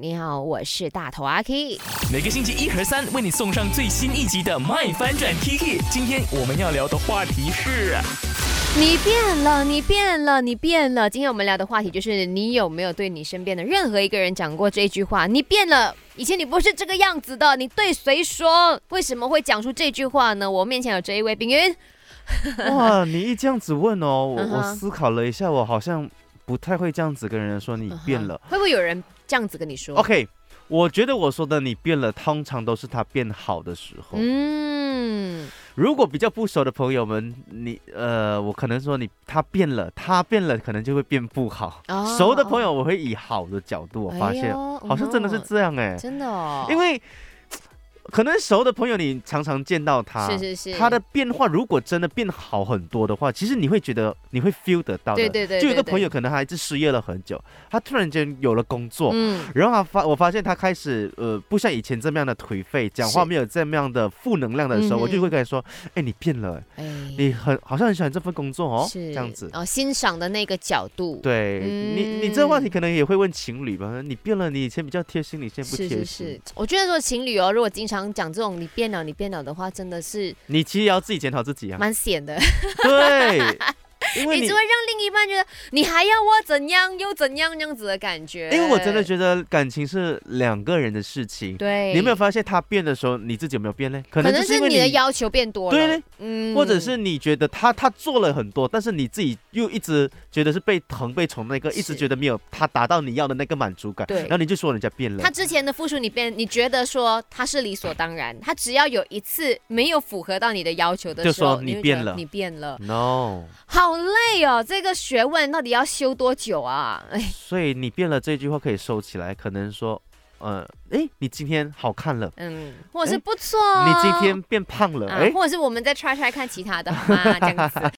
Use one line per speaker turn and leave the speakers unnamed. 你好，我是大头阿 K。
每个星期一和三为你送上最新一集的《麦翻转 Kiki》。今天我们要聊的话题是，
你变了，你变了，你变了。今天我们聊的话题就是，你有没有对你身边的任何一个人讲过这句话？你变了，以前你不是这个样子的。你对谁说？为什么会讲出这句话呢？我面前有这一位冰云，
哇，你一这样子问哦，我、
嗯
我
哼
思考了一下，我好像不太会这样子跟人说你变了。
啊会不会有人这样子跟你说
OK，我觉得我说的你变了，通常都是他变好的时候。
嗯，
如果比较不熟的朋友们，你呃，我可能说你他变了，他变了，可能就会变不好。
哦
熟的朋友，我会以好的角度，我发现、好像真的是
嗯
这样哎、
哎真的哦，
因为可能熟的朋友你常常见到他，
是是是
它的变化如果真的变好很多的话，其实你会觉得你会 feel 得到的。
对对对
就有一个
对对
朋友可能他一直失业了很久，他突然间有了工作，
嗯
然后他发我发现他开始呃不像以前这么样的颓废，讲话
是
没有这么样的负能量的时候，
嗯哼
我就会跟他说：“哎，你变了，
哎
你很好像很喜欢这份工作哦。”这样子。
哦，嗯欣赏的那个角度，
对、你，你这个话题可能也会问情侣吧？你变了，你以前比较贴心，你现在不贴
是
心。
是是，我觉得说情侣哦，如果经常讲这种你变了你变了的话，真的是
你其实也要自己检讨自己啊。
蛮险的，
对，因为
你
你
只会让另一半觉得你还要我怎样又怎样那样子的感觉。
因为我真的觉得感情是两个人的事情。
对，
你有没有发现他变的时候，你自己有没有变呢？可
可
能就
能
因
是
为
你的要求变多了，
对嘞
嗯
或者是你觉得他他做了很多，但是你自己又一直觉得是被疼被宠那个，一直
是
觉得没有他达到你要的那个满足感，
对
然后你就说人家变了
他。之前的付出你变，你觉得说他是理所当然，他只要有一次没有符合到你的要求的
就
时候，
说
你
你
会觉
变
得
了
你变了，
No，
好累哦，这个学问到底要修多久啊？哎，
所以你变了这句话可以收起来，可能说，呃，诶，你今天好看了，
嗯，或者
哎
是不错哦、
你今天变胖了，
啊
诶，
或者是我们再 try try 看其他的好吗？这样子，